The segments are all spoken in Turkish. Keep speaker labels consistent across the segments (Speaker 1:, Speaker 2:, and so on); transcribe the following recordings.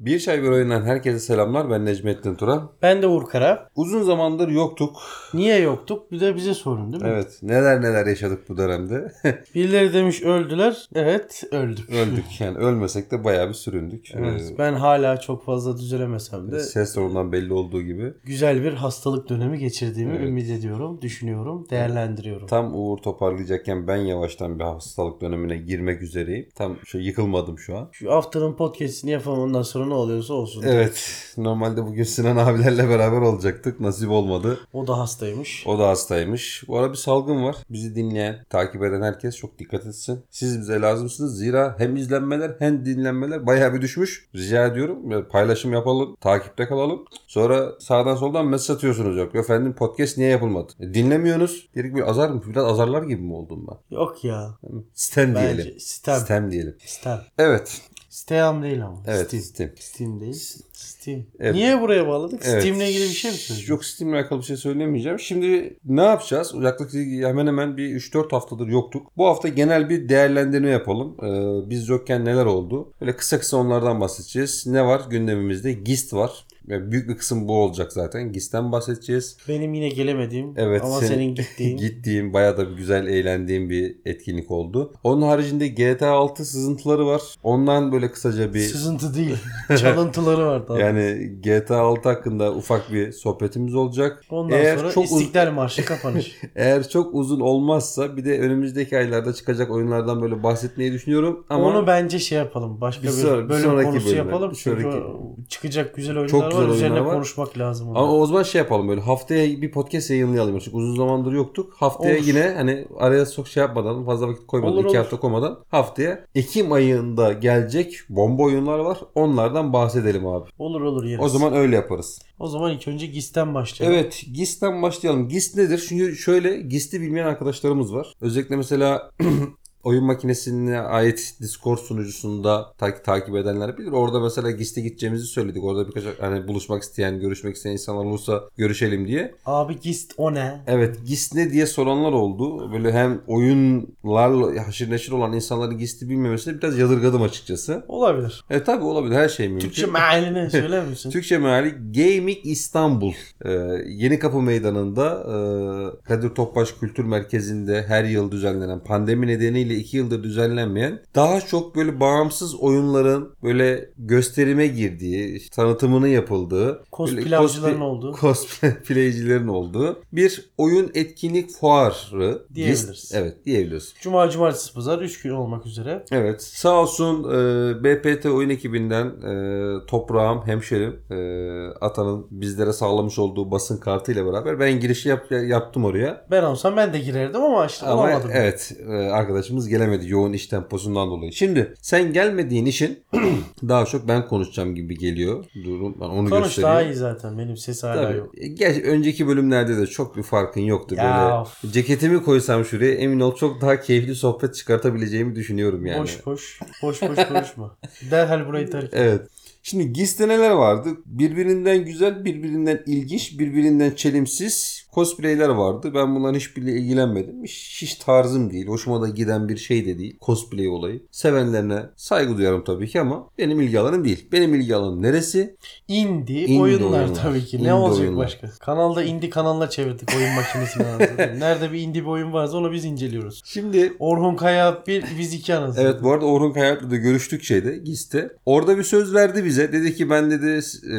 Speaker 1: Bir Çay Bir Oyundan herkese selamlar. Ben Necmettin Turan.
Speaker 2: Ben de Uğur Kara.
Speaker 1: Uzun zamandır yoktuk.
Speaker 2: Niye yoktuk? Bir de bize sorun değil mi?
Speaker 1: Evet. Neler neler yaşadık bu dönemde.
Speaker 2: Birileri demiş öldüler. Evet
Speaker 1: Ee,
Speaker 2: öldük.
Speaker 1: Öldük. Yani ölmesek de bayağı bir süründük.
Speaker 2: Evet,
Speaker 1: Ee,
Speaker 2: ben hala çok fazla düzelemesem de
Speaker 1: Ses tonundan belli olduğu gibi.
Speaker 2: güzel bir hastalık dönemi geçirdiğimi
Speaker 1: Evet.
Speaker 2: ümit ediyorum, düşünüyorum, değerlendiriyorum.
Speaker 1: Tam Uğur toparlayacakken ben yavaştan bir hastalık dönemine girmek üzereyim. Tam şu yıkılmadım şu an.
Speaker 2: Şu haftanın podcastini yapalım ondan sonra ne oluyorsa olsun.
Speaker 1: Evet. Normalde bugün Sinan abilerle beraber olacaktık. Nasip olmadı.
Speaker 2: O da hastaymış.
Speaker 1: O da hastaymış. Bu ara bir salgın var. Bizi dinleyen, takip eden herkes çok dikkat etsin. Siz bize lazımsınız. Zira hem izlenmeler hem dinlenmeler bayağı bir düşmüş. Rica ediyorum. Ya Paylaşım yapalım. Takipte kalalım. Sonra sağdan soldan mesaj atıyorsunuz. Yok efendim podcast niye yapılmadı? E, dinlemiyorsunuz. Dedik bir azar mı? Biraz azarlar gibi mi oldum ben?
Speaker 2: Yok ya.
Speaker 1: Stem diyelim.
Speaker 2: Bence Steam. Steam.
Speaker 1: Stem diyelim.
Speaker 2: Steam.
Speaker 1: Evet.
Speaker 2: değil ama.
Speaker 1: Evet.
Speaker 2: Steam.
Speaker 1: Stem.
Speaker 2: Steam değil. Steam.
Speaker 1: Evet.
Speaker 2: Niye buraya bağladık?
Speaker 1: Evet.
Speaker 2: Steam'le ilgili bir şey mi söyleyeceksin?
Speaker 1: Yok Steam'le alakalı bir şey söylemeyeceğim. Şimdi ne yapacağız? Yaklaşık hemen hemen bir 3-4 haftadır yoktuk. Bu hafta genel bir değerlendirme yapalım. Ee, biz yokken neler oldu? Böyle kısa kısa onlardan bahsedeceğiz. Ne var gündemimizde? GIST var. Yani büyük bir kısım bu olacak zaten. GIST'ten bahsedeceğiz.
Speaker 2: Benim yine gelemediğim
Speaker 1: Evet,
Speaker 2: ama
Speaker 1: senin-
Speaker 2: senin gittiğin.
Speaker 1: Gittiğim bayağı da bir güzel eğlendiğim bir etkinlik oldu. Onun haricinde GTA 6 sızıntıları var. Ondan böyle kısaca bir
Speaker 2: Sızıntı değil. Çalıntıları var tabii.
Speaker 1: yani GTA 6 hakkında ufak bir sohbetimiz olacak.
Speaker 2: Ondan
Speaker 1: Eğer
Speaker 2: sonra
Speaker 1: çok uz-
Speaker 2: İstiklal Marşı kapanış.
Speaker 1: Eğer çok uzun olmazsa bir de önümüzdeki aylarda çıkacak oyunlardan böyle bahsetmeyi düşünüyorum ama
Speaker 2: Onu bence şey yapalım. Başka
Speaker 1: Bir
Speaker 2: bir,
Speaker 1: sonra- bir
Speaker 2: bölüm
Speaker 1: sonraki
Speaker 2: konusu
Speaker 1: bölüme,
Speaker 2: yapalım.
Speaker 1: bir
Speaker 2: Çünkü
Speaker 1: sonraki-
Speaker 2: o- çıkacak güzel oyunlar
Speaker 1: Çok
Speaker 2: var.
Speaker 1: güzel oyunlar
Speaker 2: Üzerine
Speaker 1: var.
Speaker 2: konuşmak lazım.
Speaker 1: ama
Speaker 2: onların.
Speaker 1: o zaman şey yapalım böyle haftaya bir podcast yayınlayalım çünkü uzun zamandır yoktuk. Haftaya
Speaker 2: Olur.
Speaker 1: yine hani araya çok şey yapmadan fazla vakit koymadan
Speaker 2: Olur,
Speaker 1: iki
Speaker 2: olur.
Speaker 1: hafta koymadan haftaya Ekim ayında gelecek bomba oyunlar var. Onlardan bahsedelim abi.
Speaker 2: Olur olur yeriz.
Speaker 1: O zaman öyle yaparız.
Speaker 2: o zaman ilk önce GIS'ten başlayalım.
Speaker 1: Evet GIST'ten başlayalım. GIST nedir? Çünkü şöyle GIST'i bilmeyen arkadaşlarımız var. Özellikle mesela oyun makinesine ait Discord sunucusunda ta- takip edenler bilir. Orada mesela GIST'e gideceğimizi söyledik. Orada birkaç hani buluşmak isteyen, görüşmek isteyen insanlar olursa görüşelim diye.
Speaker 2: Abi GIST o ne?
Speaker 1: Evet GIST ne diye soranlar oldu. Böyle hem oyunlarla haşır neşir olan insanların GIST'i bilmemesini biraz yadırgadım açıkçası.
Speaker 2: Olabilir.
Speaker 1: E tabi olabilir her şey mümkün.
Speaker 2: Türkçe mealini söyler misin?
Speaker 1: Türkçe meali Gaming İstanbul. Ee, Yeni Kapı Meydanı'nda e, Kadir Topbaş Kültür Merkezi'nde her yıl düzenlenen pandemi nedeniyle iki yıldır düzenlenmeyen daha çok böyle bağımsız oyunların böyle gösterime girdiği, işte tanıtımının yapıldığı
Speaker 2: Cosplaycilerin
Speaker 1: cosplay-
Speaker 2: olduğu.
Speaker 1: cosplaycilerin olduğu bir oyun etkinlik fuarı.
Speaker 2: Diyebiliriz.
Speaker 1: Gist- Evet diyebiliriz.
Speaker 2: Cuma, cumartesi, pazar 3 gün olmak üzere.
Speaker 1: Evet. Sağ olsun e, BPT oyun ekibinden e, toprağım, hemşerim e, Atan'ın bizlere sağlamış olduğu basın kartıyla beraber ben girişi yap- yaptım oraya.
Speaker 2: Ben olsam ben de girerdim ama işte
Speaker 1: Ama
Speaker 2: olamadım.
Speaker 1: evet e, arkadaşımız gelemedi yoğun iş temposundan dolayı. Şimdi sen gelmediğin için daha çok ben konuşacağım gibi geliyor. Durum ben onu
Speaker 2: Konuş
Speaker 1: göstereyim.
Speaker 2: daha iyi zaten. Benim ses hala
Speaker 1: Tabii. E,
Speaker 2: yok.
Speaker 1: Geç, önceki bölümlerde de çok bir farkın yoktu.
Speaker 2: Ya
Speaker 1: Böyle
Speaker 2: of.
Speaker 1: ceketimi koysam şuraya emin ol çok daha keyifli sohbet çıkartabileceğimi düşünüyorum yani.
Speaker 2: Boş boş. Boş boş konuşma. Derhal burayı terk et.
Speaker 1: Evet. Şimdi GIS'te neler vardı? Birbirinden güzel, birbirinden ilginç, birbirinden çelimsiz cosplayler vardı. Ben bunların hiçbiriyle ilgilenmedim. Hiç, hiç tarzım değil. Hoşuma da giden bir şey de değil. Cosplay olayı. Sevenlerine saygı duyarım tabii ki ama benim ilgi alanım değil. Benim ilgi alanım neresi?
Speaker 2: Indie,
Speaker 1: Indie
Speaker 2: oyunlar,
Speaker 1: oyunlar.
Speaker 2: tabii ki.
Speaker 1: Indie
Speaker 2: ne olacak
Speaker 1: oyunlar.
Speaker 2: başka? Kanalda indie kanalına çevirdik oyun makinesini. anasını satayım. Nerede bir indie bir oyun varsa onu biz inceliyoruz.
Speaker 1: Şimdi
Speaker 2: Orhun Kaya bir, biz iki anasını.
Speaker 1: Evet bu arada Orhun Kayaklı da görüştük şeyde GİS'te. Orada bir söz verdi bize. Dedi ki ben dedi e,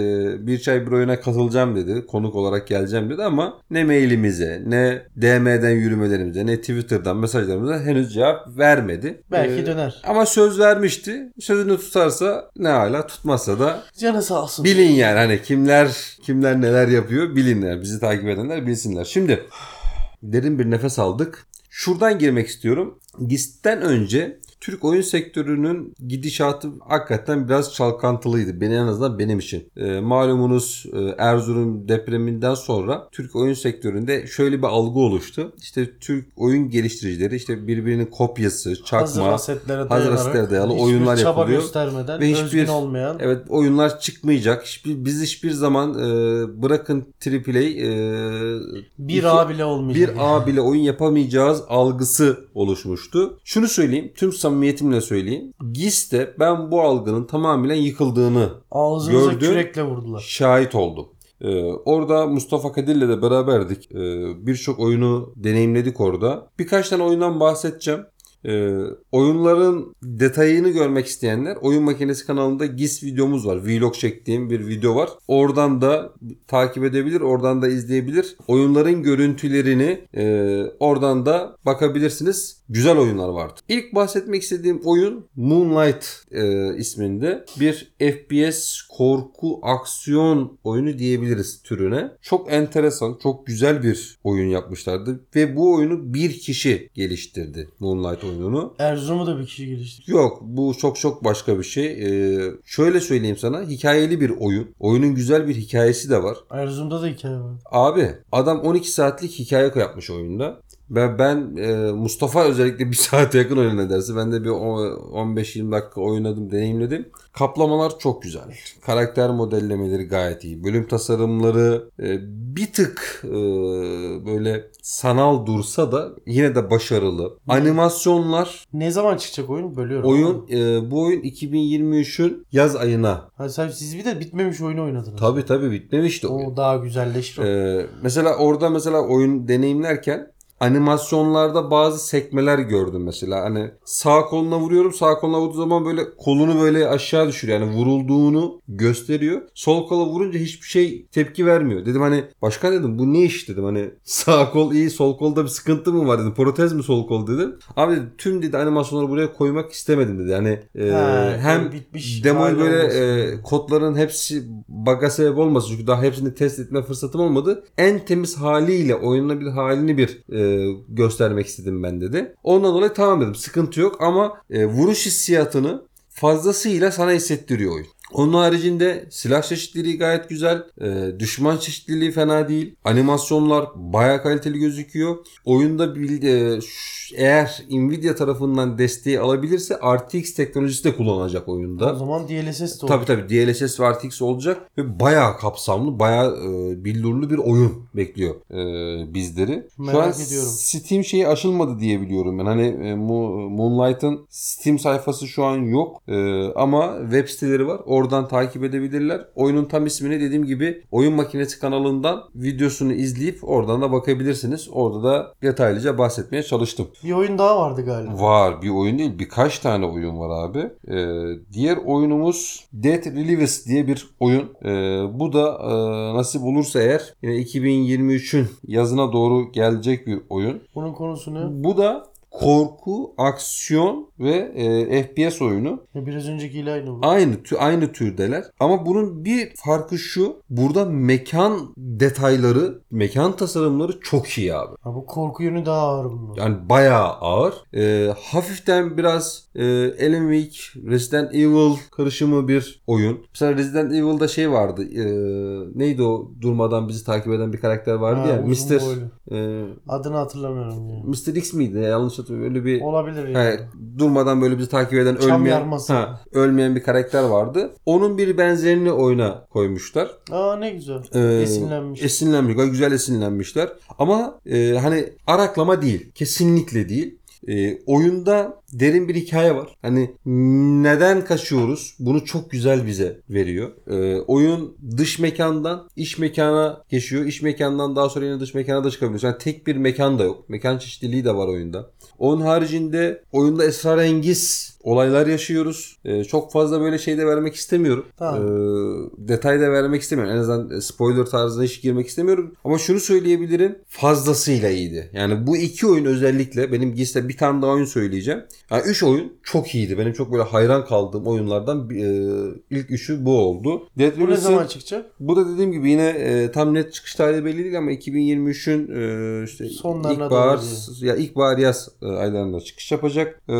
Speaker 1: bir çay bir oyuna katılacağım dedi. Konuk olarak geleceğim dedi ama ne mailimize ne DM'den yürümelerimize ne Twitter'dan mesajlarımıza henüz cevap vermedi.
Speaker 2: Belki
Speaker 1: E,
Speaker 2: döner.
Speaker 1: Ama söz vermişti. Sözünü tutarsa ne hala tutmazsa da
Speaker 2: Canı sağ olsun.
Speaker 1: bilin yani hani kimler kimler neler yapıyor bilinler. Bizi takip edenler bilsinler. Şimdi derin bir nefes aldık. Şuradan girmek istiyorum. GIST'ten önce Türk oyun sektörünün gidişatı hakikaten biraz çalkantılıydı. Beni en azından benim için. Ee, malumunuz e, Erzurum depreminden sonra Türk oyun sektöründe şöyle bir algı oluştu. İşte Türk oyun geliştiricileri işte birbirinin kopyası,
Speaker 2: Hazır
Speaker 1: çakma,
Speaker 2: asetlere dayanarak.
Speaker 1: hazır asetlere dayalı
Speaker 2: hiçbir
Speaker 1: oyunlar
Speaker 2: çaba
Speaker 1: yapılıyor.
Speaker 2: göstermeden
Speaker 1: Ve
Speaker 2: özgün
Speaker 1: hiçbir-
Speaker 2: olmayan.
Speaker 1: Evet oyunlar çıkmayacak. Hiçbir, biz hiçbir zaman e, bırakın AAA e,
Speaker 2: bir
Speaker 1: iki-
Speaker 2: A bile
Speaker 1: bir
Speaker 2: olmayacak.
Speaker 1: A bile oyun yapamayacağız algısı oluşmuştu. Şunu söyleyeyim tüm samimiyetimle söyleyeyim. GIS'te ben bu algının tamamen yıkıldığını
Speaker 2: Ağzınıza
Speaker 1: Gördüm.
Speaker 2: kürekle vurdular.
Speaker 1: Şahit oldum. Ee, orada Mustafa Kadir'le de beraberdik. Ee, Birçok oyunu deneyimledik orada. Birkaç tane oyundan bahsedeceğim. Ee, oyunların detayını görmek isteyenler Oyun Makinesi kanalında GIS videomuz var. Vlog çektiğim bir video var. Oradan da takip edebilir, oradan da izleyebilir. Oyunların görüntülerini e, oradan da bakabilirsiniz. Güzel oyunlar vardı. İlk bahsetmek istediğim oyun Moonlight e, isminde bir FPS korku aksiyon oyunu diyebiliriz türüne. Çok enteresan, çok güzel bir oyun yapmışlardı ve bu oyunu bir kişi geliştirdi Moonlight oyununu.
Speaker 2: Erzurum'u da bir kişi geliştirdi.
Speaker 1: Yok bu çok çok başka bir şey. Ee, şöyle söyleyeyim sana hikayeli bir oyun. Oyunun güzel bir hikayesi de var.
Speaker 2: Erzurum'da da hikaye var.
Speaker 1: Abi adam 12 saatlik hikaye yapmış oyunda. Ben, ben e, Mustafa özellikle bir saate yakın oyun ederse ben de bir o- 15-20 dakika oynadım deneyimledim. Kaplamalar çok güzel. Karakter modellemeleri gayet iyi. Bölüm tasarımları e, bir tık e, böyle sanal dursa da yine de başarılı. Animasyonlar
Speaker 2: Ne zaman çıkacak oyun? Bölüyorum.
Speaker 1: oyun e, bu oyun 2023'ün yaz ayına.
Speaker 2: Ha, sen, siz bir de bitmemiş oyunu oynadınız.
Speaker 1: Tabi tabi bitmemişti oyun.
Speaker 2: O daha güzelleşir. o.
Speaker 1: Ee, mesela orada mesela oyun deneyimlerken animasyonlarda bazı sekmeler gördüm mesela. Hani sağ koluna vuruyorum. Sağ koluna vurduğu zaman böyle kolunu böyle aşağı düşürüyor. Yani vurulduğunu gösteriyor. Sol kola vurunca hiçbir şey tepki vermiyor. Dedim hani başkan dedim bu ne iş dedim. Hani sağ kol iyi sol kolda bir sıkıntı mı var dedim. Protez mi sol kol dedim. Abi dedi, tüm dedi animasyonları buraya koymak istemedim dedi. Yani e,
Speaker 2: Ha,
Speaker 1: hem
Speaker 2: bitmiş
Speaker 1: Demo'yu
Speaker 2: hali
Speaker 1: böyle
Speaker 2: olmasın.
Speaker 1: e, kodların hepsi baga sebep olmasın. Çünkü daha hepsini test etme fırsatım olmadı. En temiz haliyle oynanabilir halini bir e, göstermek istedim ben dedi. Ondan dolayı tamam dedim. Sıkıntı yok ama e, vuruş hissiyatını fazlasıyla sana hissettiriyor oyun. Onun haricinde silah çeşitliliği gayet güzel. e, düşman çeşitliliği fena değil. Animasyonlar baya kaliteli gözüküyor. Oyunda bil- e, ş- eğer Nvidia tarafından desteği alabilirse RTX teknolojisi de kullanacak oyunda.
Speaker 2: o zaman DLSS de olur.
Speaker 1: e, Tabii tabii DLSS ve RTX olacak ve bayağı kapsamlı, bayağı e, billurlu bir oyun bekliyor e, bizleri. Şu an
Speaker 2: Merak ediyorum.
Speaker 1: Steam şeyi aşılmadı diye biliyorum ben. Hani e, Mo- Moonlight'ın Steam sayfası şu an yok E, ama web siteleri var. Oradan takip edebilirler. Oyunun tam ismini dediğim gibi Oyun Makinesi kanalından videosunu izleyip oradan da bakabilirsiniz. Orada da detaylıca bahsetmeye çalıştım.
Speaker 2: Bir oyun daha vardı galiba.
Speaker 1: Var bir oyun değil birkaç tane oyun var abi. Ee, diğer oyunumuz Dead Relievers diye bir oyun. Ee, bu da e, nasip olursa eğer yine 2023'ün yazına doğru gelecek bir oyun.
Speaker 2: Bunun konusu ne?
Speaker 1: Bu da korku, aksiyon ve e, FPS oyunu.
Speaker 2: Biraz öncekiyle aynı bu.
Speaker 1: Aynı tü- aynı türdeler. Ama bunun bir farkı şu. Burada mekan detayları, mekan tasarımları çok iyi abi.
Speaker 2: Ha, bu korku yönü daha ağır bunun.
Speaker 1: Yani bayağı ağır. Ee, hafiften biraz e, Alan Wake, Resident Evil karışımı bir oyun. Mesela Resident Evil'da şey vardı. e, neydi o durmadan bizi takip eden bir karakter vardı
Speaker 2: Ha,
Speaker 1: ya.
Speaker 2: uzun
Speaker 1: Mr.
Speaker 2: boylu.
Speaker 1: E,
Speaker 2: Adını hatırlamıyorum ya.
Speaker 1: Mr. X miydi? Yanlış hatırlıyorum. Öyle bir
Speaker 2: Olabilir yani.
Speaker 1: Evet, durmadan böyle bizi takip eden
Speaker 2: Çam
Speaker 1: ölmeyen
Speaker 2: yarması.
Speaker 1: Ha, ölmeyen bir karakter vardı. Onun bir benzerini oyuna koymuşlar.
Speaker 2: Aa ne güzel.
Speaker 1: Ee,
Speaker 2: Esinlenmiş.
Speaker 1: Esinlenmiş. Gayet Güzel esinlenmişler. Ama e, hani araklama değil. Kesinlikle değil. E, oyunda derin bir hikaye var. Hani neden kaçıyoruz? Bunu çok güzel bize veriyor. E, oyun dış mekandan iş mekana geçiyor. İş mekandan daha sonra yine dış mekana da çıkabiliyorsun. Yani tek bir mekan da yok. Mekan çeşitliliği de var oyunda. Onun haricinde oyunda esrarengiz olaylar yaşıyoruz. E, çok fazla böyle şey de vermek istemiyorum.
Speaker 2: Tamam.
Speaker 1: E, detay da vermek istemiyorum. En azından spoiler tarzına hiç girmek istemiyorum. Ama şunu söyleyebilirim. Fazlasıyla iyiydi. Yani bu iki oyun özellikle benim GIS'te bir tane daha oyun söyleyeceğim. Yani üç oyun çok iyiydi. Benim çok böyle hayran kaldığım oyunlardan e, ilk üçü bu oldu. Dead
Speaker 2: bu ne
Speaker 1: Rising-
Speaker 2: zaman çıkacak?
Speaker 1: bu da dediğim gibi yine e, tam net çıkış tarihi belli değil ama 2023'ün e, işte
Speaker 2: Sonlarına
Speaker 1: ilkbahar
Speaker 2: doğru
Speaker 1: ya ilkbahar yaz e, aylarında çıkış yapacak. E,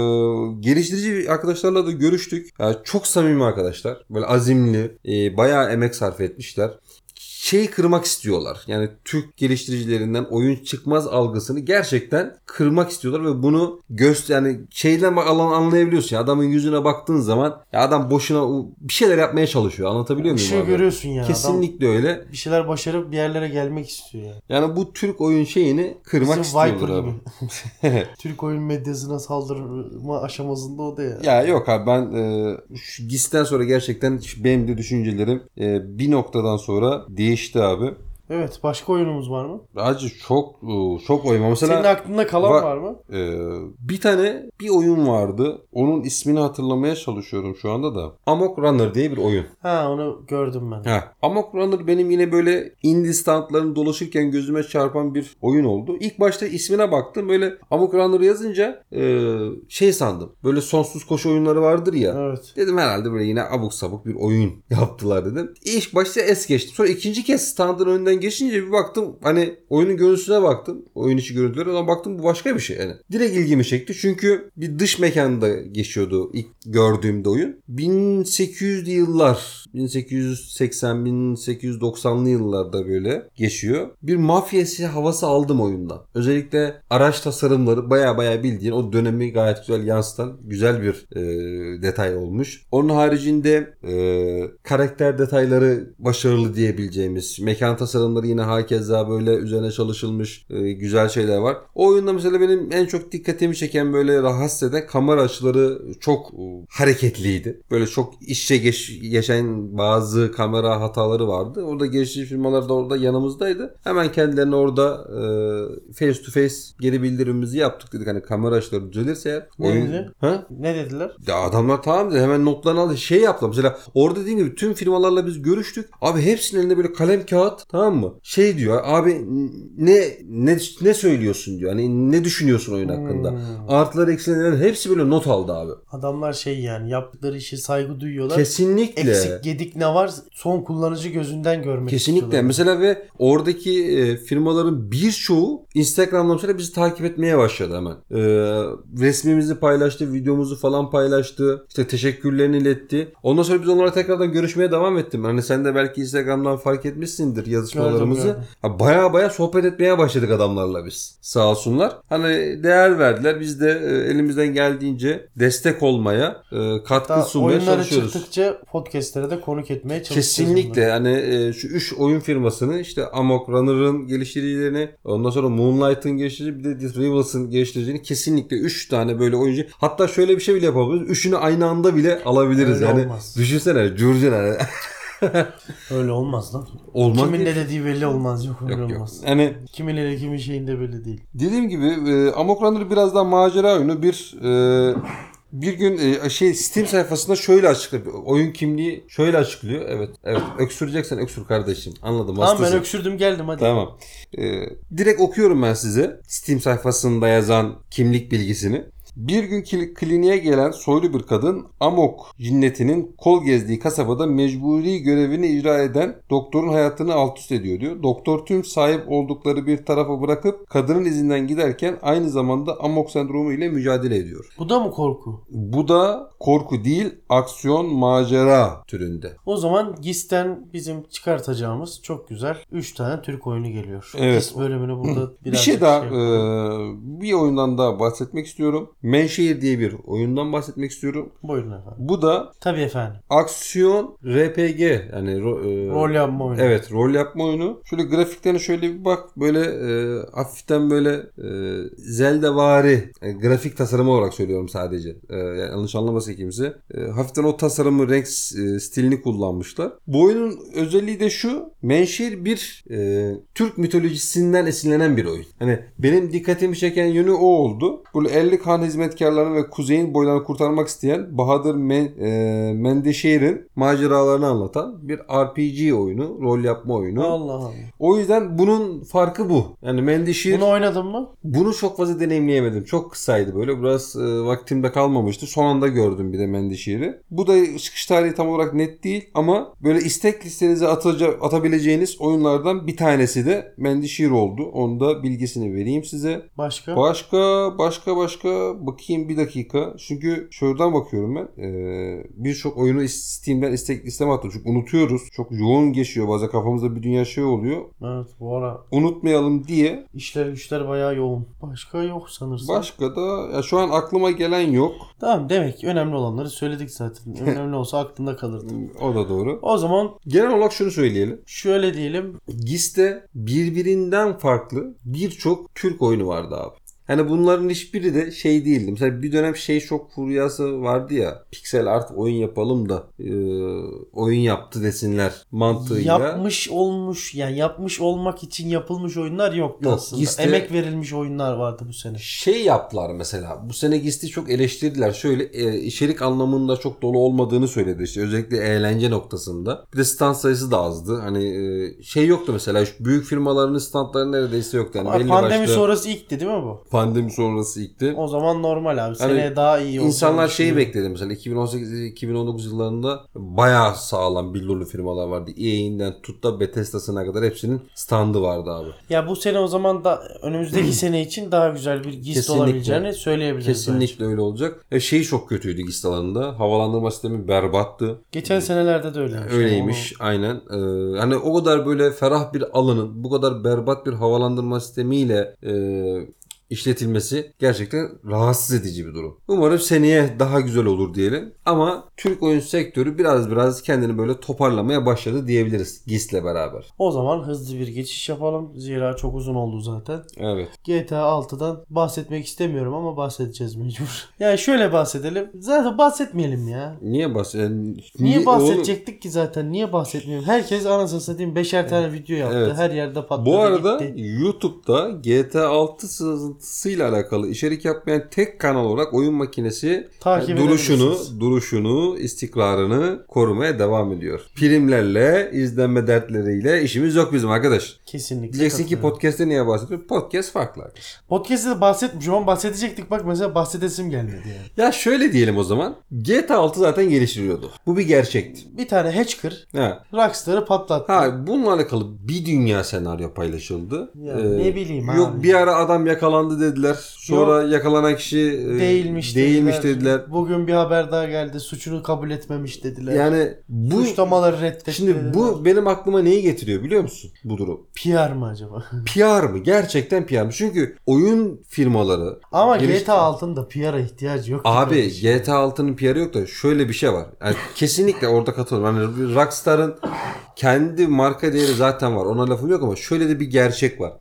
Speaker 1: geliştirici arkadaşlarla da görüştük. Yani çok samimi arkadaşlar. Böyle azimli, e, bayağı emek sarf etmişler şeyi kırmak istiyorlar. Yani Türk geliştiricilerinden oyun çıkmaz algısını gerçekten kırmak istiyorlar ve bunu göster yani şeyden bak alan anlayabiliyorsun. Ya, adamın yüzüne baktığın zaman ya adam boşuna u- bir şeyler yapmaya çalışıyor. Anlatabiliyor muyum
Speaker 2: Işığı
Speaker 1: abi?
Speaker 2: şey görüyorsun ya. Kesinlikle.
Speaker 1: Kesinlikle öyle.
Speaker 2: bir şeyler başarıp bir yerlere gelmek istiyor yani.
Speaker 1: Yani bu Türk oyun şeyini kırmak
Speaker 2: Bizim Viper
Speaker 1: istiyorlar abi.
Speaker 2: gibi. Türk oyun medyasına saldırma aşamasında o da ya.
Speaker 1: Ya yok abi ben e, şu GIS'ten sonra gerçekten şu- benim de düşüncelerim e, bir noktadan sonra değişti abi.
Speaker 2: Evet başka oyunumuz var mı?
Speaker 1: Acı çok e, çok oyma. Mesela
Speaker 2: Senin aklında kalan
Speaker 1: Va-
Speaker 2: var, mı?
Speaker 1: Ee, bir tane bir oyun vardı. Onun ismini hatırlamaya çalışıyorum şu anda da. Amok Runner diye bir oyun.
Speaker 2: Ha onu gördüm ben.
Speaker 1: Ha. Amok Runner benim yine böyle indie standlarını dolaşırken gözüme çarpan bir oyun oldu. İlk başta ismine baktım. Böyle Amok Runner yazınca e, şey sandım. Böyle sonsuz koşu oyunları vardır ya.
Speaker 2: Evet.
Speaker 1: Dedim herhalde böyle yine abuk sabuk bir oyun yaptılar dedim. İlk başta es geçtim. Sonra ikinci kez standın önünden geçince bir baktım hani oyunun görüntüsüne baktım. Oyun içi görüntüleri ona baktım bu başka bir şey. Yani direkt ilgimi çekti. Çünkü bir dış mekanda geçiyordu ilk gördüğümde oyun. 1800'lü yıllar 1880-1890'lı yıllarda böyle geçiyor. Bir mafyası havası aldım oyundan. Özellikle araç tasarımları baya baya bildiğin o dönemi gayet güzel yansıtan güzel bir e, detay olmuş. Onun haricinde e, karakter detayları başarılı diyebileceğimiz mekan tasarımları yine hakeza böyle üzerine çalışılmış e, güzel şeyler var. O oyunda mesela benim en çok dikkatimi çeken böyle rahatsız eden kamera açıları çok e, hareketliydi. Böyle çok işe geç, geçen bazı kamera hataları vardı. Orada geliştirici firmalar da orada yanımızdaydı. Hemen kendilerine orada e, face to face geri bildirimimizi yaptık dedik. Hani kamera açıları düzelirse eğer.
Speaker 2: Ne dedi?
Speaker 1: Ha?
Speaker 2: Ne dediler?
Speaker 1: Ya adamlar tamam dedi hemen notlarını aldı. Şey yaptım mesela orada dediğim gibi tüm firmalarla biz görüştük. Abi hepsinin elinde böyle kalem kağıt tamam mı? Şey diyor abi ne ne ne söylüyorsun diyor. Hani ne düşünüyorsun oyun hakkında.
Speaker 2: Hmm.
Speaker 1: Artıları eksileri hepsi böyle not aldı abi.
Speaker 2: Adamlar şey yani yaptıkları işe saygı duyuyorlar.
Speaker 1: Kesinlikle.
Speaker 2: Eksik gedik ne var son kullanıcı gözünden görmek
Speaker 1: Kesinlikle.
Speaker 2: istiyorlar.
Speaker 1: Mesela ve oradaki e, firmaların birçoğu Instagram'dan mesela bizi takip etmeye başladı hemen. E, resmimizi paylaştı, videomuzu falan paylaştı. İşte teşekkürlerini iletti. Ondan sonra biz onlara tekrardan görüşmeye devam ettim. Hani sen de belki Instagram'dan fark etmişsindir yazışmalarımızı.
Speaker 2: Gördüm, gördüm.
Speaker 1: Ha, Baya baya sohbet etmeye başladık adamlarla biz. Sağ olsunlar. Hani değer verdiler. Biz de e, elimizden geldiğince destek olmaya, e, katkı
Speaker 2: Hatta
Speaker 1: sunmaya
Speaker 2: oyunlara
Speaker 1: çalışıyoruz.
Speaker 2: çıktıkça podcastlere de konuk etmeye çalışıyoruz.
Speaker 1: Kesinlikle yani e, şu 3 oyun firmasını işte Amok Runner'ın geliştiricilerini ondan sonra Moonlight'ın geliştirici bir de Death Rivals'ın geliştiricilerini kesinlikle 3 tane böyle oyuncu hatta şöyle bir şey bile yapabiliriz. Üçünü aynı anda bile alabiliriz.
Speaker 2: Öyle
Speaker 1: yani
Speaker 2: olmaz.
Speaker 1: düşünsene Curcun hani.
Speaker 2: Öyle olmaz lan.
Speaker 1: olmaz.
Speaker 2: Kimin ne dediği belli olmaz. Yok öyle
Speaker 1: Yok yok.
Speaker 2: olmaz.
Speaker 1: Yani
Speaker 2: Kimin eli kimin şeyinde belli değil.
Speaker 1: dediğim gibi e, Amok Runner biraz daha macera oyunu bir e, bir gün e, şey Steam sayfasında şöyle açıklıyor. Oyun kimliği şöyle açıklıyor. Evet. Evet. Öksüreceksen öksür kardeşim. Anladım.
Speaker 2: Tamam ben
Speaker 1: hastasın.
Speaker 2: öksürdüm geldim hadi.
Speaker 1: Tamam. Ee, direkt okuyorum ben size. Steam sayfasında yazan kimlik bilgisini. Bir gün kli- kliniğe gelen soylu bir kadın Amok cinnetinin kol gezdiği kasabada mecburi görevini icra eden doktorun hayatını alt üst ediyor diyor. Doktor tüm sahip oldukları bir tarafa bırakıp kadının izinden giderken aynı zamanda Amok sendromu ile mücadele ediyor.
Speaker 2: Bu da mı korku?
Speaker 1: Bu da korku değil aksiyon macera türünde.
Speaker 2: O zaman GIS'ten bizim çıkartacağımız çok güzel 3 tane Türk oyunu geliyor.
Speaker 1: Evet.
Speaker 2: GIS bölümünü burada biraz
Speaker 1: Bir şey daha eee, bir oyundan daha bahsetmek istiyorum. Menşehir diye bir oyundan bahsetmek istiyorum.
Speaker 2: Buyurun efendim.
Speaker 1: Bu da
Speaker 2: Tabii efendim.
Speaker 1: aksiyon RPG yani ro- eee,
Speaker 2: Rol yapma oyunu.
Speaker 1: Evet rol yapma oyunu. Şöyle grafiklerine şöyle bir bak. Böyle e, hafiften böyle e, Zelda-vari e, grafik tasarımı olarak söylüyorum sadece. E, yani yanlış anlamasın kimse. E, hafiften o tasarımı, renk s- e, stilini kullanmışlar. Bu oyunun özelliği de şu. Menşir bir e, Türk mitolojisinden esinlenen bir oyun. Hani benim dikkatimi çeken yönü o oldu. Böyle 50 kan hizmetkarlarını ve kuzeyin boylarını kurtarmak isteyen Bahadır Men, e, Mendeşehir'in maceralarını anlatan bir RPG oyunu, rol yapma oyunu.
Speaker 2: Allah Allah.
Speaker 1: O yüzden bunun farkı bu. Yani Mendeşehir
Speaker 2: Bunu
Speaker 1: bunu,
Speaker 2: oynadın mı?
Speaker 1: çok fazla deneyimleyemedim. Çok kısaydı böyle. Biraz e, vaktimde kalmamıştı. Son anda gördüm bir de Mendeşehir'i. Bu da çıkış tarihi tam olarak net değil ama böyle istek listenize ataca- atabileceğiniz oyunlardan bir tanesi de Mendeşehir oldu. Onu da bilgisini vereyim size.
Speaker 2: Başka?
Speaker 1: Başka başka başka galiba. Bakayım bir dakika. Çünkü şuradan bakıyorum ben. Ee, Birçok oyunu Steam'den istek isteme attım. Çünkü unutuyoruz. Çok yoğun geçiyor. Bazen kafamızda bir dünya şey oluyor.
Speaker 2: Evet bu ara
Speaker 1: Unutmayalım diye
Speaker 2: işler güçler bayağı yoğun. Başka yok sanırsam.
Speaker 1: başka da ya şu an aklıma gelen yok.
Speaker 2: Tamam demek ki önemli olanları söyledik zaten. Önemli olsa aklında kalırdı.
Speaker 1: O da doğru.
Speaker 2: O zaman
Speaker 1: Genel olarak şunu söyleyelim.
Speaker 2: şöyle diyelim.
Speaker 1: GIS'te birbirinden farklı birçok Türk oyunu vardı abi. Hani bunların hiçbiri de şey değildi. Mesela bir dönem şey çok furyası vardı ya. Piksel art oyun yapalım da e, oyun yaptı desinler mantığıyla.
Speaker 2: Yapmış olmuş yani yapmış olmak için yapılmış oyunlar yoktu
Speaker 1: Yok,
Speaker 2: aslında.
Speaker 1: liste-
Speaker 2: Emek verilmiş oyunlar vardı bu sene.
Speaker 1: şey yaptılar mesela. Bu sene GIST'i çok eleştirdiler. Şöyle e, içerik anlamında çok dolu olmadığını söyledi işte. Özellikle eğlence noktasında. Bir de stand sayısı da azdı. Hani e, şey yoktu mesela. Şu Büyük firmaların standları neredeyse yoktu. Yani belli
Speaker 2: Pandemi
Speaker 1: başlı-
Speaker 2: sonrası ilkti değil mi bu?
Speaker 1: pandemi sonrası ilkti.
Speaker 2: O zaman normal abi.
Speaker 1: Yani
Speaker 2: Seneye daha iyi olacağını
Speaker 1: İnsanlar şeyi
Speaker 2: düşünüyorum.
Speaker 1: bekledi mesela 2018-2019 yıllarında bayağı sağlam billurlu firmalar vardı. EA'inden tut da Bethesda'sına kadar hepsinin standı vardı abi.
Speaker 2: Ya bu sene o zaman da önümüzdeki sene için daha güzel bir gist
Speaker 1: Kesinlikle.
Speaker 2: olabileceğini söyleyebiliriz. bence.
Speaker 1: Kesinlikle öyle olacak. E şey çok kötüydü GIST alanında. Havalandırma sistemi berbattı.
Speaker 2: Geçen senelerde de öyleymiş.
Speaker 1: Öyleymiş aynen. Ee, hani o kadar böyle ferah bir alanın bu kadar berbat bir havalandırma sistemiyle e, işletilmesi gerçekten rahatsız edici bir durum. Umarım seneye daha güzel olur diyelim. Ama Türk oyun sektörü biraz biraz kendini böyle toparlamaya başladı diyebiliriz GIS'le beraber.
Speaker 2: O zaman hızlı bir geçiş yapalım. Zira çok uzun oldu zaten.
Speaker 1: Evet.
Speaker 2: GTA 6'dan bahsetmek istemiyorum ama bahsedeceğiz mecbur. Yani şöyle bahsedelim. Zaten bahsetmeyelim ya.
Speaker 1: Niye bahsediyorsun?
Speaker 2: Niye bahsedecektik ki zaten? Niye bahsetmiyorum? Herkes anasını satayım beşer tane video yaptı.
Speaker 1: Evet.
Speaker 2: Her yerde patladı
Speaker 1: Bu arada
Speaker 2: gitti.
Speaker 1: YouTube'da GTA 6 sızıntısıyla alakalı içerik yapmayan tek kanal olarak oyun makinesi
Speaker 2: Takip
Speaker 1: yani duruşunu,
Speaker 2: edebilirsiniz.
Speaker 1: duruşunu, istikrarını korumaya devam ediyor. Primlerle, izlenme dertleriyle işimiz yok bizim arkadaş.
Speaker 2: Kesinlikle
Speaker 1: Diyeceksin ki
Speaker 2: katılıyorum.
Speaker 1: podcast'te niye bahsediyorsun? Podcast farklı arkadaş.
Speaker 2: Podcast'te de bahsetmişim ama bahsedecektik. Bak mesela bahsedesim gelmedi yani.
Speaker 1: Ya şöyle diyelim o zaman. GTA 6 zaten geliştiriyordu. Bu bir gerçekti.
Speaker 2: Bir tane Hatcher
Speaker 1: Ha.
Speaker 2: Rockstar'ı patlattı.
Speaker 1: Ha bununla alakalı bir dünya senaryo paylaşıldı. Ee,
Speaker 2: Ya, ne bileyim
Speaker 1: Yok
Speaker 2: abi.
Speaker 1: bir ara adam yakalandı dediler. Sonra yakalanan kişi e,
Speaker 2: Değilmiş,
Speaker 1: değilmiş dediler.
Speaker 2: Bugün bir haber daha geldi. Suçunu kabul etmemiş dediler.
Speaker 1: Yani bu
Speaker 2: Suçlamaları reddetti.
Speaker 1: şimdi bu benim aklıma neyi getiriyor biliyor musun bu durum?
Speaker 2: PR mı acaba?
Speaker 1: PR mı? Gerçekten PR mı? Çünkü oyun firmaları
Speaker 2: Ama
Speaker 1: Giriş-
Speaker 2: GTA 6'nın da PR'a ihtiyacı yok.
Speaker 1: Abi GTA 6'nın PR'ı yok da şöyle bir şey var. Yani kesinlikle orada katılıyorum. Yani Rockstar'ın kendi marka değeri zaten var. Ona lafım yok ama şöyle de bir gerçek var.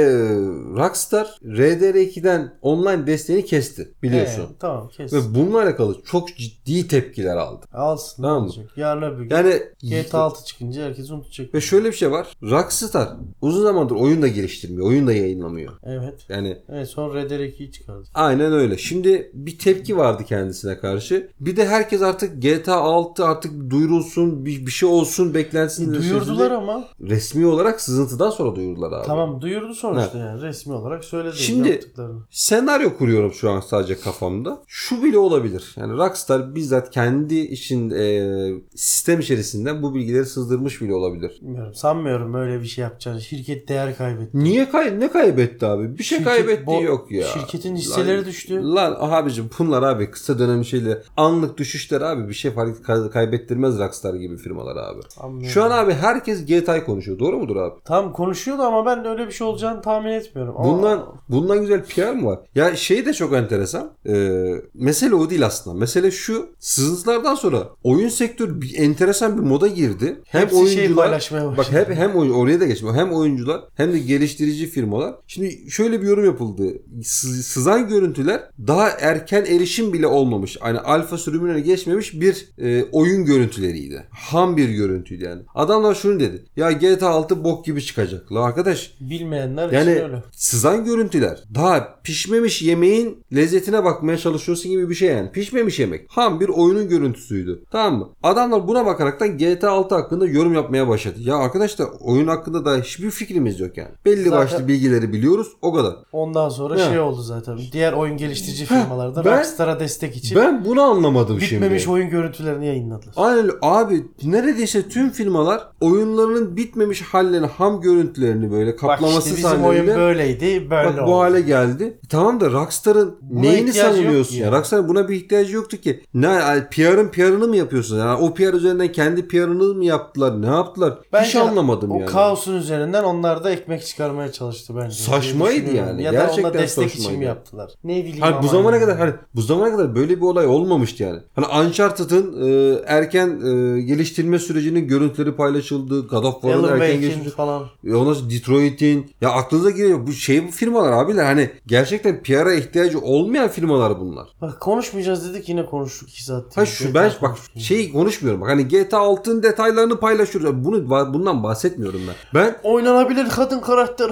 Speaker 1: Ge- Rockstar RDR2'den online desteğini kesti biliyorsun.
Speaker 2: Ee, tamam kes.
Speaker 1: Ve bununla alakalı çok ciddi tepkiler aldı.
Speaker 2: Alsın.
Speaker 1: Tamam
Speaker 2: Tamam.
Speaker 1: mı?
Speaker 2: Olacak. Yarın öbür gün
Speaker 1: Yani
Speaker 2: GTA 6 çıkınca herkes unutacak.
Speaker 1: ve şöyle bir şey var. Rockstar uzun zamandır oyun da geliştirmiyor, oyun da yayınlamıyor.
Speaker 2: Evet.
Speaker 1: Yani
Speaker 2: Evet sonra Red Dead 2'yi çıkardı.
Speaker 1: Aynen öyle. Şimdi bir tepki vardı kendisine karşı. Bir de herkes artık GTA 6 artık duyurulsun, bir, bir şey olsun beklensin.
Speaker 2: Duyurdular ama.
Speaker 1: Resmi olarak sızıntıdan sonra duyurdular abi.
Speaker 2: Tamam duyurdu sonuçta yani resmi olarak söyledi
Speaker 1: Şimdi-
Speaker 2: yaptıklarını.
Speaker 1: Senaryo kuruyorum şu an sadece kafamda. Şu bile olabilir. Yani Rockstar bizzat kendi için e, sistem içerisinden bu bilgileri sızdırmış bile olabilir.
Speaker 2: Bilmiyorum sanmıyorum böyle bir şey yapacağını. Şirket değer kaybetti.
Speaker 1: Niye kay ne kaybetti abi? Bir şey
Speaker 2: Şirket
Speaker 1: kaybettiği
Speaker 2: bo-
Speaker 1: yok ya.
Speaker 2: şirketin hisseleri
Speaker 1: Lan-
Speaker 2: düştü.
Speaker 1: Lan abicim bunlar abi kısa dönem şeyle anlık düşüşler abi bir şey fark kay- kaybettirmez Rockstar gibi firmalar abi.
Speaker 2: Anlıyorum.
Speaker 1: Şu an abi herkes GTA'yı konuşuyor. Doğru mudur abi?
Speaker 2: Tam konuşuyordu ama ben öyle bir şey olacağını tahmin etmiyorum. Ama
Speaker 1: Bundan bundan güzel PR mı var? Ya şey de çok enteresan. Ee, mesele o değil aslında. Mesele şu. Sızıntılardan sonra oyun sektörü bir enteresan bir moda girdi. Hem
Speaker 2: Hepsi şey şeyi paylaşmaya
Speaker 1: Bak
Speaker 2: başladı.
Speaker 1: hep hem oyun- oraya da geçmiyor. Hem oyuncular hem de geliştirici firmalar. Şimdi şöyle bir yorum yapıldı. Sız- Sızan görüntüler daha erken erişim bile olmamış. Yani alfa sürümüne geçmemiş bir e, oyun görüntüleriydi. Ham bir görüntüydü yani. Adamlar şunu dedi. Ya GTA 6 bok gibi çıkacak. La arkadaş
Speaker 2: bilmeyenler
Speaker 1: yani
Speaker 2: için öyle.
Speaker 1: sızan görüntüler daha pişmemiş yemeğin lezzetine bakmaya çalışıyorsun gibi bir şey yani. Pişmemiş yemek. Ham bir oyunun görüntüsüydü. Tamam mı? Adamlar buna bakaraktan GTA 6 hakkında yorum yapmaya başladı. Ya arkadaşlar oyun hakkında daha hiçbir fikrimiz yok yani. Belli
Speaker 2: Zaten-
Speaker 1: başlı bilgileri biliyoruz o kadar.
Speaker 2: Ondan sonra
Speaker 1: Ha.
Speaker 2: şey oldu zaten. Diğer oyun geliştirici firmalarda
Speaker 1: ben-
Speaker 2: Rockstar'a destek için
Speaker 1: Ben bunu anlamadım
Speaker 2: bitmemiş
Speaker 1: şimdi.
Speaker 2: oyun görüntülerini yayınladılar.
Speaker 1: Aynen öyle. abi neredeyse tüm firmalar oyunlarının bitmemiş hallerini, ham görüntülerini böyle kaplamasını Nasıl
Speaker 2: işte bizim
Speaker 1: sahneyle?
Speaker 2: oyun böyleydi, böyle
Speaker 1: Bak
Speaker 2: oldu.
Speaker 1: bu hale geldi. Tamam da Rockstar'ın
Speaker 2: Buna
Speaker 1: neyini
Speaker 2: ihtiyacı yok
Speaker 1: savunuyorsun
Speaker 2: ki
Speaker 1: ya?
Speaker 2: ya.
Speaker 1: Rockstar buna bir ihtiyacı yoktu ki. Ne yani PR'ın PR'ını mı yapıyorsun? Yani o PR üzerinden kendi PR'ını mı yaptılar? Ne yaptılar? Hiç
Speaker 2: Bence
Speaker 1: anlamadım
Speaker 2: o
Speaker 1: yani.
Speaker 2: kaosun üzerinden onlar da ekmek çıkarmaya çalıştı bence.
Speaker 1: Saçmaydı
Speaker 2: Diye düşünüyorum.
Speaker 1: yani.
Speaker 2: Ya da
Speaker 1: Gerçekten
Speaker 2: ona destek için
Speaker 1: saçmaydı.
Speaker 2: mi yaptılar? Ne bileyim
Speaker 1: Hani bu
Speaker 2: aman
Speaker 1: zamana
Speaker 2: ya.
Speaker 1: kadar hani bu zamana kadar böyle bir olay olmamıştı yani. Hani Uncharted'ın e, erken e, geliştirme sürecinin görüntüleri paylaşıldı. God of War'ın
Speaker 2: Alan
Speaker 1: erken
Speaker 2: Wake'in
Speaker 1: geliştirme
Speaker 2: falan.
Speaker 1: E ondan sonra Detroit'in ya aklınıza geliyor bu şey bu firmalar abiler hani gerçekten PR'a ihtiyacı olmayan firmalar bunlar.
Speaker 2: Bak konuşmayacağız dedik yine konuştuk 2 saat.
Speaker 1: Ha şu ben bak
Speaker 2: Konuştuk.
Speaker 1: şey konuşmuyorum. Bak hani GTA 6'ın detaylarını paylaşıyoruz. Abi Bunu bundan bahsetmiyorum ben. Ben
Speaker 2: Oynanabilir kadın karakter.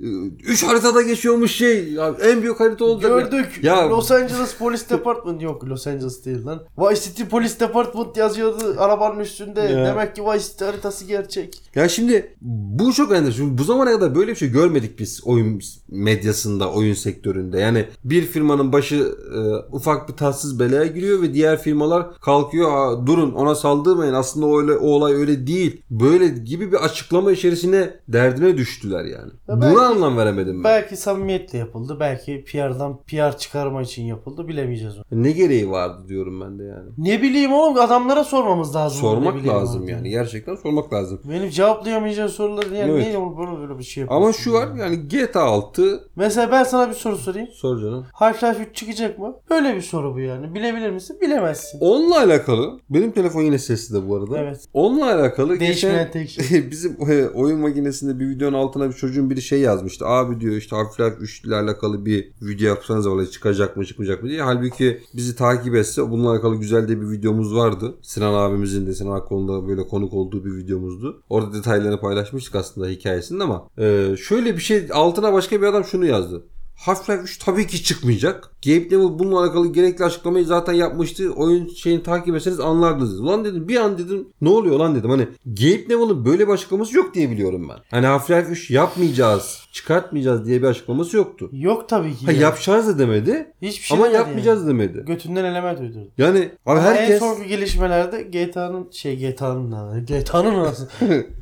Speaker 1: 3 haritada geçiyormuş şey. ya en büyük harita olacak. ya.
Speaker 2: Gördük.
Speaker 1: Ya-
Speaker 2: Los Angeles Police Department yok Los Angeles değil lan. Vice City Police Department yazıyordu arabanın üstünde.
Speaker 1: Ya.
Speaker 2: Demek ki Vice City haritası gerçek.
Speaker 1: Ya şimdi bu çok enteresan. Şimdi bu zamana kadar böyle bir şey görmedik biz oyun medyasında, oyun sektöründe. Yani bir firmanın başı e, ufak bir tatsız belaya giriyor ve diğer firmalar kalkıyor "Aa, durun ona saldırmayın aslında o, öyle, o olay öyle değil. Böyle gibi bir açıklama içerisine derdine düştüler yani.
Speaker 2: Ya
Speaker 1: Buna
Speaker 2: belki-
Speaker 1: anlam veremedim ben.
Speaker 2: Belki samimiyetle yapıldı. Belki PR'dan PR çıkarma için yapıldı. Bilemeyeceğiz onu.
Speaker 1: Ne gereği vardı diyorum ben de yani.
Speaker 2: Ne bileyim oğlum adamlara sormamız lazım. Ne
Speaker 1: Sormak
Speaker 2: bileyim
Speaker 1: lazım
Speaker 2: abi.
Speaker 1: yani. Gerçekten sormak lazım.
Speaker 2: Benim cevaplayamayacağım sorular yani
Speaker 1: Evet.
Speaker 2: niye oğlum böyle böyle bir şey yapıyorsun?
Speaker 1: Ama şu var yani GTA 6
Speaker 2: Mesela ben sana bir soru sorayım.
Speaker 1: sor canım.
Speaker 2: Half-Life 3 çıkacak mı? Böyle bir soru bu yani. Bilebilir misin? Bilemezsin.
Speaker 1: Onunla alakalı benim telefon yine sesli de bu arada.
Speaker 2: Evet.
Speaker 1: Onunla alakalı
Speaker 2: Değişmeyen
Speaker 1: geçen
Speaker 2: tek şey.
Speaker 1: bizim e, oyun makinesinde bir videonun altına bir çocuğun biri şey yazmıştı. Abi diyor işte Half-Life 3 ile alakalı bir video yapsanız olay çıkacak mı çıkmayacak mı diye. Halbuki bizi takip etse bununla alakalı güzel de bir videomuz vardı. Sinan abimizin de Sinan Akkoğlu'nda böyle konuk olduğu bir videomuzdu. Orada detaylarını paylaşmıştık aslında hikayesinde ama e, şöyle bir şey altına başka bir adam şunu yazdı. Half-Life 3 tabii ki çıkmayacak. Gabe Newell bununla alakalı gerekli açıklamayı zaten yapmıştı. Oyun şeyini takip etseniz anlardınız. Ulan dedim bir an dedim ne oluyor lan dedim. Hani Gabe Newell'ın böyle bir açıklaması yok diye biliyorum ben. Hani Half-Life 3 yapmayacağız, çıkartmayacağız diye bir açıklaması yoktu.
Speaker 2: Yok tabii ki.
Speaker 1: Ha
Speaker 2: ya.
Speaker 1: yapacağız da demedi
Speaker 2: Hiçbir şey
Speaker 1: ama
Speaker 2: demedi yani.
Speaker 1: yapmayacağız demedi.
Speaker 2: Götünden element uydurdu.
Speaker 1: Yani abi
Speaker 2: Ama En
Speaker 1: herkes
Speaker 2: sonki gelişmelerde GTA'nın şey GTA'nın da- GTA'nın nasıl?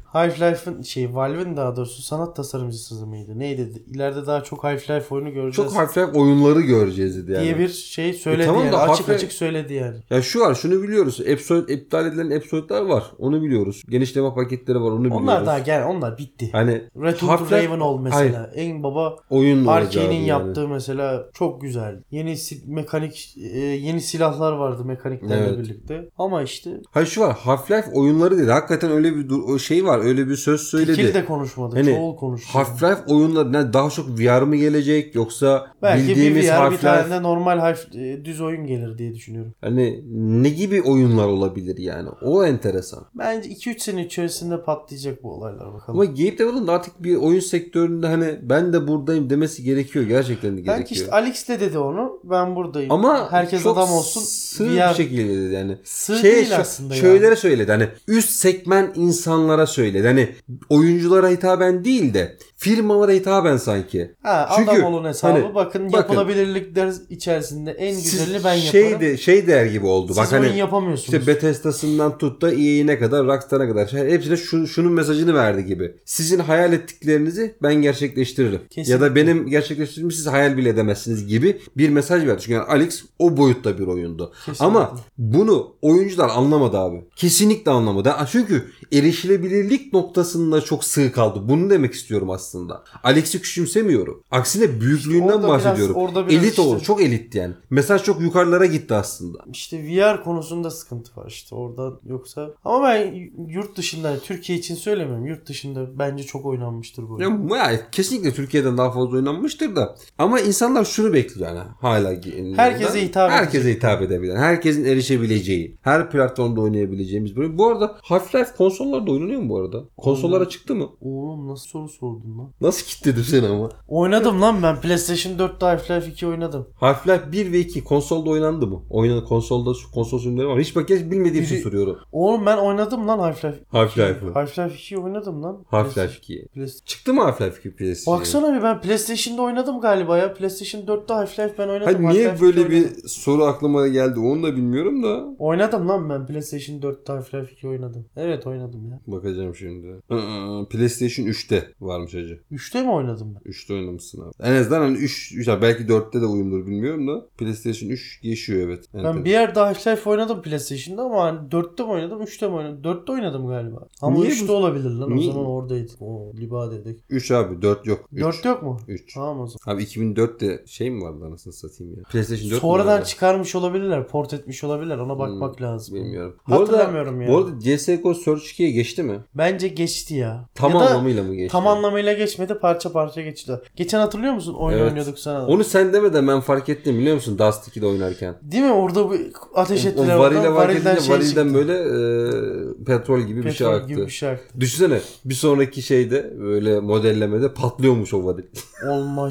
Speaker 2: Half-Life'ın şey Valve'in daha doğrusu sanat tasarımcısı mıydı? Neydi? İleride daha çok Half-Life oyunu göreceğiz.
Speaker 1: çok Half-Life oyunları göreceğiz dedi yani.
Speaker 2: diye bir şey söyledi
Speaker 1: E tamam
Speaker 2: yani.
Speaker 1: da
Speaker 2: açık
Speaker 1: Half-Life-
Speaker 2: açık söyledi yani.
Speaker 1: Ya şu var şunu biliyoruz. Episode, iptal edilen episode'lar var. Onu biliyoruz. Genişleme paketleri var onu biliyoruz.
Speaker 2: Onlar daha gel onlar bitti.
Speaker 1: Hani
Speaker 2: Return to
Speaker 1: Half-Life-
Speaker 2: Ravenhold mesela. En baba
Speaker 1: oyun olacağı
Speaker 2: Arkane'in
Speaker 1: yani.
Speaker 2: yaptığı mesela çok güzel. Yeni sil- mekanik e, yeni silahlar vardı mekaniklerle
Speaker 1: Evet.
Speaker 2: birlikte. Ama işte
Speaker 1: Hayır şu var Half-Life oyunları dedi. Hakikaten öyle bir dur- o şey var. Öyle bir söz
Speaker 2: fikir
Speaker 1: söyledi.
Speaker 2: de konuşmadı.
Speaker 1: Hani
Speaker 2: çoğul konuştu.
Speaker 1: Half-Life oyunları ne, daha çok VR mı gelecek yoksa
Speaker 2: Belki
Speaker 1: bildiğimiz
Speaker 2: bir VR bir tane
Speaker 1: Half-Life
Speaker 2: de normal harf, e, düz oyun gelir diye düşünüyorum.
Speaker 1: hani ne gibi oyunlar olabilir yani? O enteresan.
Speaker 2: Bence 2-3 sene içerisinde patlayacak bu olaylar bakalım.
Speaker 1: Ama Gabe Devil'ın da artık bir oyun sektöründe hani ben de buradayım demesi gerekiyor. Gerçekten de gerekiyor.
Speaker 2: Belki işte Alex de dedi onu. Ben buradayım.
Speaker 1: Ama
Speaker 2: herkes
Speaker 1: çok
Speaker 2: adam olsun.
Speaker 1: Sığ
Speaker 2: VR
Speaker 1: bir şekilde dedi yani.
Speaker 2: sığ
Speaker 1: şey
Speaker 2: değil
Speaker 1: şö-
Speaker 2: aslında
Speaker 1: şöyle
Speaker 2: yani.
Speaker 1: söyledi hani üst segment insanlara söyledi hani oyunculara hitaben değil de firmalara hitaben sanki.
Speaker 2: Ha,
Speaker 1: Çünkü
Speaker 2: adam olun hesabı.
Speaker 1: hani-
Speaker 2: bakın,
Speaker 1: bakın.
Speaker 2: yapılabilirlikler içerisinde en
Speaker 1: Siz
Speaker 2: güzelini ben
Speaker 1: şey
Speaker 2: yaparım.
Speaker 1: De, şey der gibi oldu.
Speaker 2: Siz
Speaker 1: Bak
Speaker 2: oyun
Speaker 1: hani
Speaker 2: yapamıyorsunuz.
Speaker 1: işte Bethesda'sından tut da EA'ine kadar Rockstar'a kadar şey, hepsine şu, şunun mesajını verdi gibi. Sizin hayal ettiklerinizi ben gerçekleştiririm.
Speaker 2: Kesinlikle.
Speaker 1: Ya da benim gerçekleştirdiğimi siz hayal bile edemezsiniz gibi bir mesaj verdi. Çünkü yani Alex o boyutta bir oyundu.
Speaker 2: Kesinlikle.
Speaker 1: Ama bunu oyuncular anlamadı abi. Kesinlikle anlamadı. Ha, Çünkü erişilebilirlik noktasında çok sığ kaldı. Bunu demek istiyorum aslında. Alex'i küçümsemiyorum. Aksine büyüklüğünden
Speaker 2: İşte orada biraz-
Speaker 1: bahsediyorum.
Speaker 2: orada biraz
Speaker 1: elit
Speaker 2: işte-
Speaker 1: oldu. Çok elit yani. Mesaj çok yukarılara gitti aslında.
Speaker 2: İşte VR konusunda sıkıntı var işte oradan yoksa. Ama ben yurt dışında Türkiye için söylemiyorum. Yurt dışında bence çok oynanmıştır bu. oyun.
Speaker 1: Ya, bu- ya kesinlikle Türkiye'den daha fazla oynanmıştır da. Ama insanlar şunu bekliyor yani hala.
Speaker 2: Herkese hitap
Speaker 1: Herkese
Speaker 2: edecek.
Speaker 1: hitap edebilen, herkesin erişebileceği, her platformda oynayabileceğimiz böyle. Bu arada Half-Life konsollarda oynanıyor mu bu arada? Konsollara çıktı mı?
Speaker 2: Oğlum nasıl soru sordun lan?
Speaker 1: Nasıl kitledim seni ama?
Speaker 2: Oynadım lan ben. PlayStation 4'te Half-Life 2 oynadım.
Speaker 1: Half-Life 1 ve 2 konsolda oynandı mı? Oynadı konsolda şu konsol sürümleri var. Hiç bak geç bilmediğim için
Speaker 2: Biri-
Speaker 1: soruyorum.
Speaker 2: Oğlum ben oynadım lan Half-Life.
Speaker 1: Half-Life'ı.
Speaker 2: Half-Life 2 oynadım lan.
Speaker 1: Half-Life 2.
Speaker 2: PlayStation.
Speaker 1: Çıktı mı Half-Life 2 PlayStation'a?
Speaker 2: Baksana bir ben PlayStation'da oynadım galiba ya. PlayStation 4'te Half-Life ben oynadım.
Speaker 1: Hani niye
Speaker 2: Half-Life 2
Speaker 1: böyle bir
Speaker 2: oynadım.
Speaker 1: soru aklıma geldi onu da bilmiyorum da.
Speaker 2: Oynadım lan ben PlayStation 4'te Half-Life 2 oynadım. Evet oynadım ya.
Speaker 1: Bakacağım şimdi. Hı hı, PlayStation 3'te varmış acı.
Speaker 2: 3'te mi oynadım ben?
Speaker 1: 3'te oynamışsın abi. En azından hani 3, 3 belki 4'te de uyumdur bilmiyorum da PlayStation 3 geçiyor evet.
Speaker 2: Ben bir yerde Half-Life oynadım PlayStation'da ama hani 4'te mi oynadım 3'te mi oynadım? 4'te oynadım galiba. Ama
Speaker 1: Niye
Speaker 2: 3'te
Speaker 1: bu-
Speaker 2: olabilir lan
Speaker 1: Niye-
Speaker 2: o zaman oradaydım. Oo liba dedik.
Speaker 1: 3 abi 4 yok. 3.
Speaker 2: 4 yok mu?
Speaker 1: 3.
Speaker 2: Tamam o zaman.
Speaker 1: Abi 2004'te şey mi vardı anasını satayım ya? PlayStation 4 mü
Speaker 2: Sonradan
Speaker 1: vardı?
Speaker 2: çıkarmış olabilirler, port etmiş olabilirler. Ona bakmak lazım.
Speaker 1: Bilmiyorum. Bu arada,
Speaker 2: Hatırlamıyorum ya.
Speaker 1: bu arada CSGO Search 2'ye geçti mi?
Speaker 2: Bence geçti ya.
Speaker 1: Tam
Speaker 2: ya da
Speaker 1: anlamıyla mı geçti?
Speaker 2: tam anlamıyla geçmedi, parça parça geçti. Geçen hatırlıyor musun? Oyun
Speaker 1: Evet.
Speaker 2: oynuyorduk sana.
Speaker 1: Onu sen demeden ben fark ettim biliyor musun Dust 2'de oynarken.
Speaker 2: Değil mi? Orada bir ateş
Speaker 1: O
Speaker 2: ettiler.
Speaker 1: varile
Speaker 2: oradan.
Speaker 1: var edince
Speaker 2: şey
Speaker 1: varilden
Speaker 2: çıktı.
Speaker 1: böyle e, petrol gibi bir şey
Speaker 2: Petrol
Speaker 1: aktı.
Speaker 2: gibi bir şey aktı.
Speaker 1: Düşünsene bir sonraki şeyde böyle modellemede patlıyormuş o varil.
Speaker 2: Olma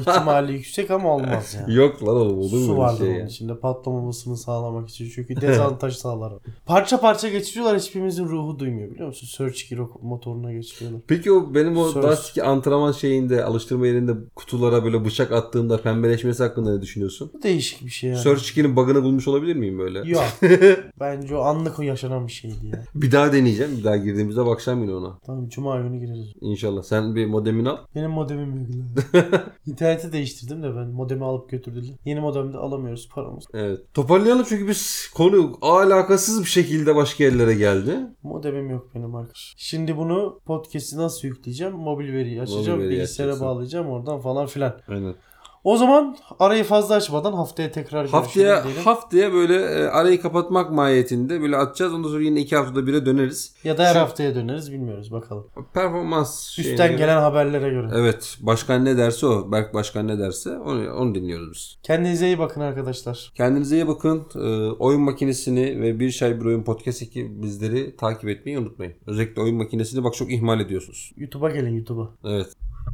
Speaker 2: ihtimali yüksek ama olmaz yani.
Speaker 1: Yok lan oğlum olur mu
Speaker 2: Su
Speaker 1: öyle
Speaker 2: vardır
Speaker 1: şey
Speaker 2: onun
Speaker 1: ya?
Speaker 2: içinde patlamamasını sağlamak için. Çünkü dezavantaj sağlar. o. Parça parça geçiriyorlar. Hiçbirimizin ruhu duymuyor biliyor musun? Search 2 ro- motoruna geçiriyorlar.
Speaker 1: Peki o benim o
Speaker 2: Söz.
Speaker 1: Dust 2 antrenman şeyinde alıştırma yerinde kutulara böyle bıçak attığımda pembeleşmesi hakkında ne düşünüyorsun?
Speaker 2: Bu değişik bir şey yani.
Speaker 1: Search 2'nin bug'ını bulmuş olabilir miyim böyle?
Speaker 2: Yok. Bence o anlık o yaşanan bir şeydi ya.
Speaker 1: Bir daha deneyeceğim. Bir daha girdiğimizde bakacağım yine ona.
Speaker 2: Tamam cuma günü gireriz.
Speaker 1: İnşallah. Sen bir modemini al.
Speaker 2: Benim modemim yok. lan. İnterneti değiştirdim de ben modemi alıp götürdüler. Yeni modemi de alamıyoruz paramız.
Speaker 1: Evet. Toparlayalım çünkü biz konu alakasız bir şekilde başka yerlere geldi.
Speaker 2: Modemim yok benim arkadaş. Şimdi bunu podcast'i nasıl yükleyeceğim? Mobil veriyi açacağım,
Speaker 1: veriyi
Speaker 2: bilgisayara
Speaker 1: açacaksın.
Speaker 2: bağlayacağım oradan falan filan.
Speaker 1: Aynen.
Speaker 2: O zaman arayı fazla açmadan haftaya tekrar
Speaker 1: Haftaya
Speaker 2: görüşelim diyelim.
Speaker 1: haftaya böyle e, arayı kapatmak mahiyetinde böyle atacağız. Ondan sonra yine iki haftada bire döneriz.
Speaker 2: ya da her
Speaker 1: Şu- Şey
Speaker 2: haftaya döneriz bilmiyoruz bakalım.
Speaker 1: Performans şeyine
Speaker 2: Üstten
Speaker 1: göre-
Speaker 2: gelen haberlere göre.
Speaker 1: Evet. Başkan ne derse o. Berk Başkan ne derse onu, onu dinliyoruz biz.
Speaker 2: Kendinize iyi bakın arkadaşlar.
Speaker 1: Kendinize iyi bakın. E, oyun makinesini ve Bir Şey Bir Oyun podcast ekibi bizleri takip etmeyi unutmayın. Özellikle oyun makinesini bak çok ihmal ediyorsunuz.
Speaker 2: YouTube'a gelin YouTube'a.
Speaker 1: Evet.